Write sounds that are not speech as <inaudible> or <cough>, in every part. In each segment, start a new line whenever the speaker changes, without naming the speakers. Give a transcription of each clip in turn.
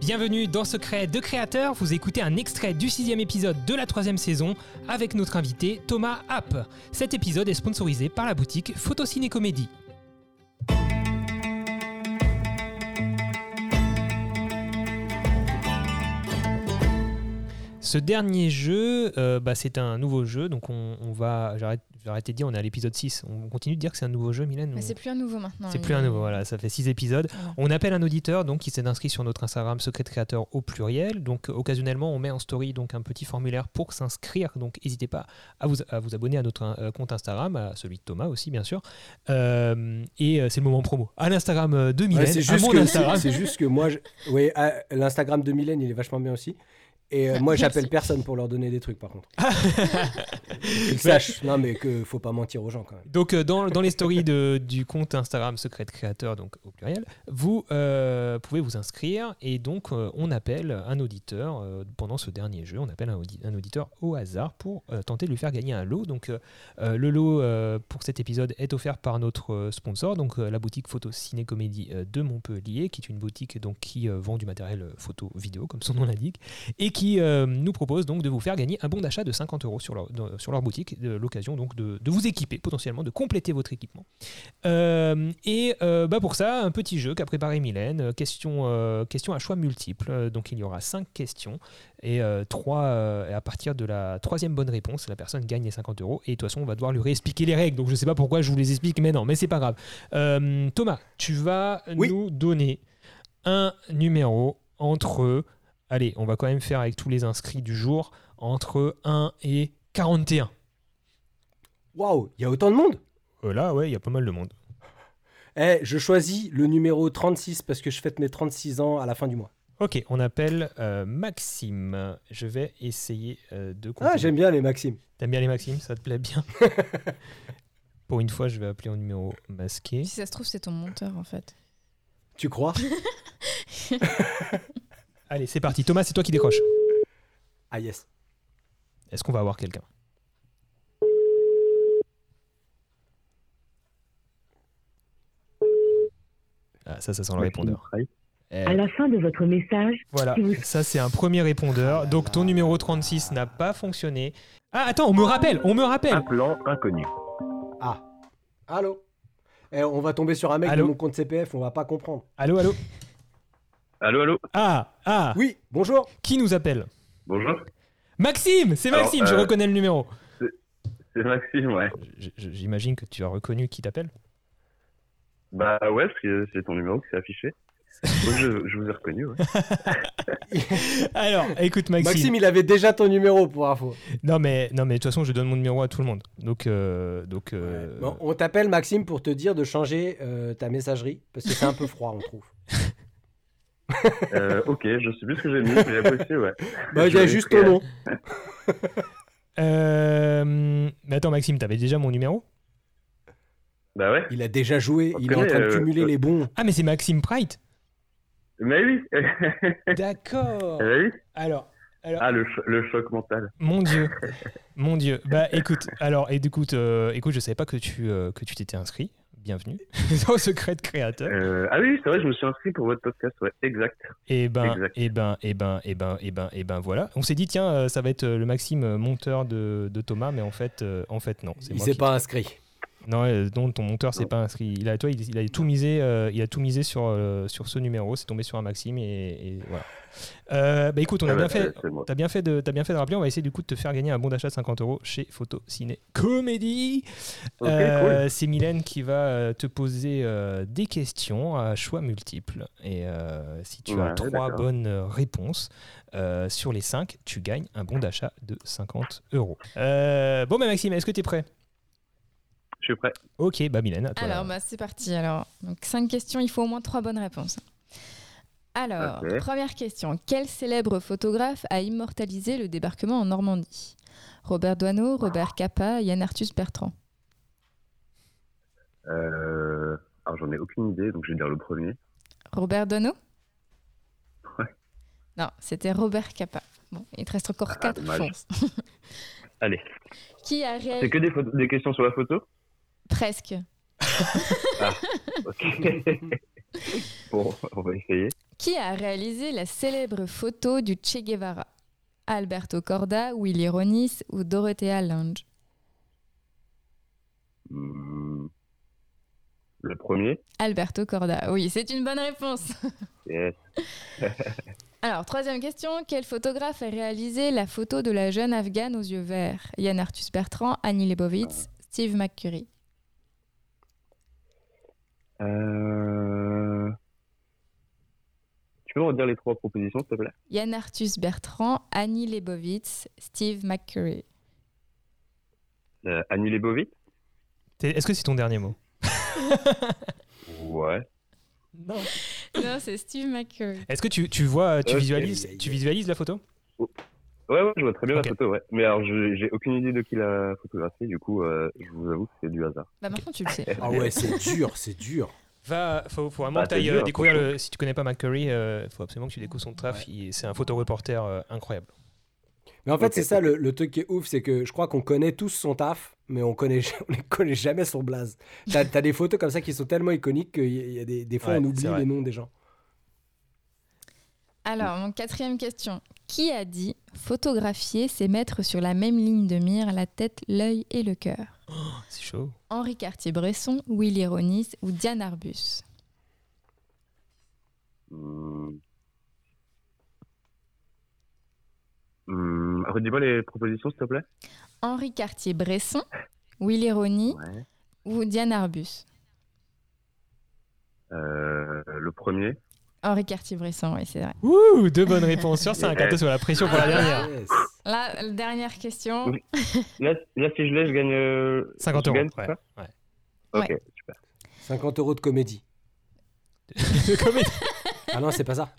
Bienvenue dans Secret de Créateur, vous écoutez un extrait du sixième épisode de la troisième saison avec notre invité Thomas App. Cet épisode est sponsorisé par la boutique Photociné Comédie. Ce dernier jeu, euh, bah, c'est un nouveau jeu, donc on, on va, j'arrête j'ai arrêté de dire, on est à l'épisode 6, on continue de dire que c'est un nouveau jeu, Mylène
Mais
on-
Bah, c'est plus un nouveau maintenant.
c'est
il-
plus un nouveau, voilà, ça fait six épisodes. On appelle un auditeur donc qui s'est inscrit sur notre Instagram Secret Créateur au pluriel. Donc occasionnellement, on met en story donc un petit formulaire pour s'inscrire. Donc n'hésitez pas à vous, à vous abonner à notre euh, compte Instagram, à celui de Thomas aussi bien sûr. Euh, et euh, c'est le moment promo. À l'Instagram euh, de Mylène,
Ouais, c'est
à
juste,
mon
que-
Instagram.
c'est- c'est juste que moi, je- oui, ah, l'Instagram de Mylène, il est vachement bien aussi. Et euh, moi,
<laughs>
j'appelle
Merci.
personne pour leur donner des trucs, par contre. Qu'ils sachent. Non, mais que faut pas mentir aux gens quand même.
Donc euh, dans, dans les stories de- du compte Instagram Secret Créateur, donc au pluriel, vous euh, pouvez vous inscrire et donc euh, on appelle un auditeur euh, pendant ce dernier jeu, on appelle un, audi- un auditeur au hasard pour euh, tenter de lui faire gagner un lot. Donc euh, euh, le lot euh, pour cet épisode est offert par notre euh, sponsor, donc euh, la boutique photo ciné comédie euh, de Montpellier, qui est une boutique donc qui euh, vend du matériel euh, photo vidéo comme son nom l'indique et qui euh, nous propose donc de vous faire gagner un bon d'achat de 50 euros sur leur, de- sur leur boutique, de- l'occasion donc de, de vous équiper potentiellement, de compléter votre équipement. Euh, et euh, bah pour ça, un petit jeu qu'a préparé Mylène, euh, question, euh, question à choix multiples. Euh, Donc il y aura 5 questions et euh, trois, euh, et à partir de la troisième bonne réponse, la personne gagne les 50 euros et de toute façon on va devoir lui réexpliquer les règles. Donc je ne sais pas pourquoi je vous les explique maintenant, mais c'est pas grave. Euh, Thomas, tu vas
Oui.
nous donner un numéro entre... Allez, on va quand même faire avec tous les inscrits du jour entre 1 et 41.
Waouh, il y a autant de monde
Euh, là, ouais, il y a pas mal de monde.
Eh, je choisis le numéro 36 parce que je fête mes 36 ans à la fin du mois.
Ok, on appelle euh, Maxime. Je vais essayer euh, de compter.
Ah, j'aime bien les Maximes.
T'aimes bien les Maximes Ça te plaît
<laughs>
bien Pour une fois, je vais appeler au numéro masqué.
Si ça se trouve, c'est ton monteur en fait.
<laughs>
Tu crois
Allez, c'est parti. Thomas, c'est toi qui décroche.
Ah, yes.
Est-ce qu'on va avoir quelqu'un Ah, ça, ça sent le répondeur. Eh,
À la fin de votre message,
Voilà,
Si vous-
ça c'est un premier répondeur. Donc ton numéro 36 n'a pas fonctionné. Ah attends, on me rappelle, on me rappelle.
Appelant inconnu.
Ah. Allô Eh, on va tomber sur un mec
Allô
de mon compte CPF, on va pas comprendre.
Allô, allô.
Allô, allô
Ah, ah,
Oui, bonjour.
qui nous appelle
Bonjour
Maxime, c'est
Alors,
Maxime, je
euh,
reconnais le numéro.
C'est Maxime, ouais.
J- j- J'imagine que tu as reconnu qui t'appelle.
Bah ouais, parce que c'est ton numéro qui s'est affiché. Oui, je, je vous ai reconnu, ouais.
Alors, écoute
Maxime.
Maxime.
il avait déjà ton numéro pour info.
Non mais non mais de toute façon, je donne mon numéro à tout le monde. Donc euh, donc euh,
Bon, on t'appelle Maxime pour te dire de changer euh, ta messagerie parce que c'est un peu froid, on trouve.
Euh, ok, je sais plus ce que j'ai mis, mais j'ai apprécié, ouais.
<laughs> Bah, il y
Je
a
vais
juste
écrire.
ton nom.
euh, mais attends Maxime, t'avais déjà mon numéro
Bah ouais.
Il a déjà joué, il est en
Après,
train de
euh,
cumuler
euh,
les bons.
Ah mais c'est Maxime <laughs> Pride.
Mais oui <laughs> Eh
D'accord.
bah oui
Alors alors
Ah, le, cho- le choc mental.
Mon Dieu, mon Dieu. Bah écoute, alors et écoute, euh, écoute, je savais pas que tu euh, que tu t'étais inscrit. Bienvenue <laughs> au secret de créateur.
Euh, ah oui, oui, c'est vrai, je me suis inscrit pour votre podcast, ouais, exact.
Et ben,
Exact.
et ben, et ben, et ben, et ben, et ben, voilà. On s'est dit tiens, euh, ça va être euh, le Maxime euh, monteur de, de Thomas, mais en fait, euh, en fait non. C'est
Il
moi
s'est
qui-
pas inscrit.
Non, euh, non, ton monteur s'est
Non.
pas inscrit. Il a toi, il, il a tout misé, euh, il a tout misé sur euh, sur ce numéro. C'est tombé sur un Maxime et, et voilà. Euh, bah écoute, on a
Ah
bien
bah,
fait.
c'est- c'est moi.
T'as bien fait de, t'as bien fait de rappeler. On va essayer du coup de te faire gagner un bon d'achat de 50 euros chez Photo Ciné Comédie.
Ok,
Euh, C'est Mylène qui va euh, te poser euh, des questions à choix multiples. Et euh, si tu as
Ouais,
trois
d'accord.
bonnes euh, réponses euh, sur les cinq, tu gagnes un bon d'achat de 50 euros. Euh, bon, bah Maxime, est-ce que tu es prêt
cool. Je suis prêt.
Ok, bah Mylène, à toi.
Alors, bah, c'est parti. Alors, donc cinq questions, il faut au moins trois bonnes réponses. Alors,
Ok.
première question. Quel célèbre photographe a immortalisé le débarquement en Normandie Robert Doisneau, Robert Capa, Yann Arthus Bertrand.
Euh... Alors, j'en ai aucune idée, donc je vais dire le premier.
Robert Doisneau
Ouais.
Non, c'était Robert Capa. Bon, il te reste encore quatre
Ah, dommage.
réponses. <laughs>
Allez.
Qui a
C'est
réalisé
que des, photos- des questions sur la photo
Presque.
<laughs>
Ok. bon, on va essayer.
Qui a réalisé la célèbre photo du Che Guevara Alberto Corda, Willy Ronis ou Dorothea Lange
Hmm. Le premier
Alberto Corda, oui, c'est une bonne réponse. <laughs>
Yes.
Alors, troisième question, quel photographe a réalisé la photo de la jeune afghane aux yeux verts Yann Arthus Bertrand, Annie Leibovitz, Steve McCurry.
Euh... Tu peux me redire les trois propositions, s'il te plaît
Yann Arthus Bertrand, Annie Leibovitz, Steve McCurry.
euh, Annie Leibovitz
T'es- Est-ce que c'est ton dernier mot
Ouais.
Non.
Non, c'est Steve McCurry.
Est-ce que tu, tu vois, tu
Ok.
visualises, tu visualises la photo
Ouais, ouais, je vois très bien
Ok.
la photo, ouais. Mais alors, je- j'ai aucune idée de qui l'a photographiée, du coup, euh, je vous avoue que c'est du hasard.
Bah maintenant tu le sais.
Ah ouais, c'est dur, c'est dur.
Va, faut, faut vraiment
Bah,
que t'ailles,
c'est
euh,
dur,
découvrir le. Si tu connais pas McCurry, il faut absolument que tu découvres son taf. Il- C'est un photoreporter euh, incroyable.
Mais en fait,
Ok,
c'est ça
ok.
le, le truc qui est ouf, c'est que je crois qu'on connaît tous son taf, mais on connaît, <laughs> on ne connaît jamais son blaze. T'as t'as des photos comme ça qui sont tellement iconiques qu'il y a- il y a des, des fois
Ouais,
on
c'est
oublie
vrai.
les noms des gens.
Alors, mon quatrième question. Qui a dit photographier, c'est mettre sur la même ligne de mire la tête, l'œil et le cœur
C'est chaud.
Henri Cartier-Bresson, Willy Ronis ou Diane Arbus
Hum. Hum, Redis-moi les propositions, s'il te plaît.
Henri Cartier-Bresson, Willy Ronis
Ouais.
ou Diane Arbus
Euh, le premier.
Henri Cartier-Bresson, oui, c'est vrai.
Ouh, deux bonnes réponses sur cinq. Attends, sur la pression pour la dernière.
Yes.
Là, la dernière question.
Oui. Là, là, si je l'ai, je gagne. euh,
50
je
euros.
gagne, c'est
ouais,
ça
ouais.
Ok,
Ouais.
super.
50 euros de comédie.
De comédie.
Ah non, c'est pas <laughs> ça.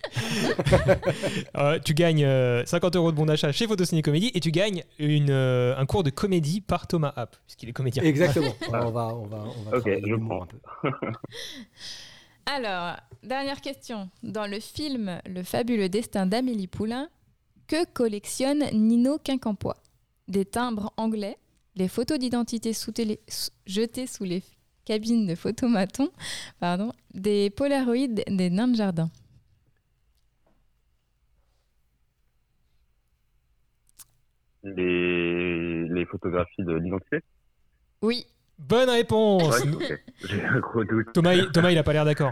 Euh, tu gagnes euh, 50 euros de bon d'achat chez Photociné Comédie et tu gagnes une, euh, un cours de comédie par Thomas App, puisqu'il est comédien.
Exactement. on va, on va, on va
Ok,
travailler
je
l'humour
prends.
un peu.
Alors, dernière question. Dans le film Le fabuleux destin d'Amélie Poulain, que collectionne Nino Quincampoix Des timbres anglais, des photos d'identité sous télé- sous- jetées sous les cabines de photomaton, pardon, des polaroïdes des nains de jardin.
Les, les photographies de l'identité
Oui,
Bonne réponse.
Ouais, ok. J'ai un gros doute.
Thomas, il, Thomas, il a pas l'air d'accord.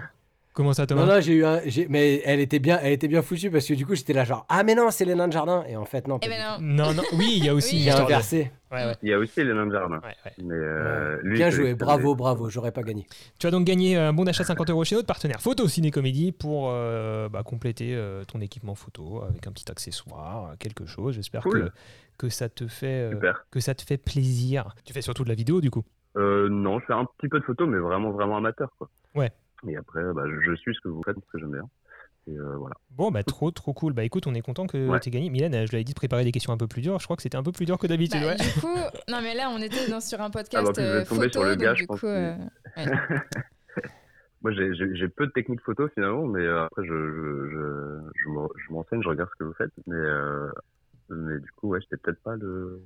Comment ça, Thomas
Non, non, j'ai eu un. j'ai- Mais elle était, bien, elle était bien foutue parce que du coup, j'étais là genre Ah, mais non, c'est les nains de jardin. Et en fait, non.
eh
pas
ben
du
non.
Non, non, oui, il y a aussi
Oui.
une
tout. J'ai
histoire de-
inversé.
Ouais, ouais,
Il y a aussi les nains de jardin.
ouais, ouais.
Mais euh, lui,
bien
il
joué.
collectionne
Bravo, bravo. J'aurais pas gagné.
Tu as donc gagné un bon d'achat 50 euros chez notre partenaire Photo Ciné Comédie pour euh, bah, compléter euh, ton équipement photo avec un petit accessoire, euh, quelque chose. J'espère
Cool.
que, que ça te fait euh,
les- Super.
que ça te fait plaisir. Tu fais surtout de la vidéo du coup.
Euh, non, je fais un petit peu de photos, mais vraiment, vraiment amateur, quoi.
Ouais.
Et après, bah, je, je suis ce que vous faites, parce que j'aime bien. Et euh, voilà.
Bon bah trop trop cool. Bah écoute, on est content que
Ouais.
tu aies gagné. Mylène, euh, je l'avais dit de préparer des questions un peu plus dures. Je crois que c'était un peu plus dur que d'habitude.
Bah,
ouais.
Du coup, non mais là on était dans- sur un
Ah, bah, en
podcast
plus, je vais
euh,
tomber
photo,
sur le
donc
gars, je
du
pense
coup,
que-
euh,
Moi, j'ai- j'ai j'ai peu de techniques photo finalement, mais euh, après, je, je, je, je m'en- je m'enseigne, je regarde ce que vous faites. Mais, euh, mais du coup, ouais, j'étais peut-être pas le,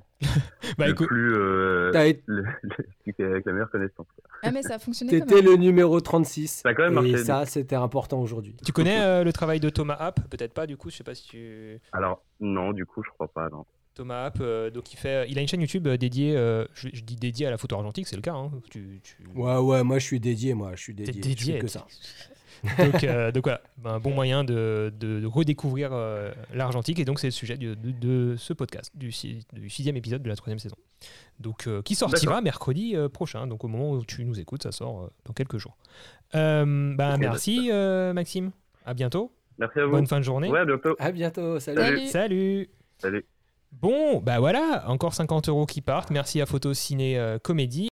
Bah
le
écoute,
plus. Euh,
T'as été-
le, <laughs> le- celui qui est avec la meilleure connaissance.
ah, mais ça fonctionnait quand
T'étais
même.
le numéro 36.
Ça a quand même
et
marché.
ça, c'était important aujourd'hui.
tu connais euh, le travail de Thomas App Peut-être pas du coup. Je sais pas si tu
Alors, non, du coup, je crois pas. Non.
Thomas App, euh, donc il fait, il a une chaîne YouTube euh, dédiée, euh, je, je dis dédiée à la photo argentique, c'est le cas. hein. Tu- tu-
Ouais, ouais, moi je suis dédié, moi je suis
T'es
dédié. je
dédié.
fais que ça.
<laughs> donc, euh, donc voilà, Ben, un bon moyen de, de- de redécouvrir euh, l'argentique. Et donc, c'est le sujet de, de- de ce podcast, du, si- du sixième épisode de la troisième saison. Donc, euh, qui sortira mercredi euh, prochain. Donc, au moment où tu nous écoutes, ça sort euh, dans quelques jours. Euh, ben,
Ok,
merci, euh, Maxime. À bientôt.
Merci à vous.
Bonne fin de journée.
ouais, à bientôt.
À bientôt, salut.
Salut.
Salut.
Salut.
Bon, bah voilà, encore 50 euros qui partent. Merci à Photo Ciné euh, Comédie.